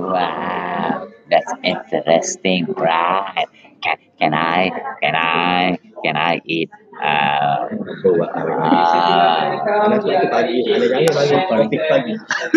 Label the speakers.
Speaker 1: Wow, that's interesting, right? Can can I can I can I eat? Uh,
Speaker 2: Bawa awet lagi sih.
Speaker 1: uh,
Speaker 2: Karena semakin pagi, ada yang pagi, politik pagi.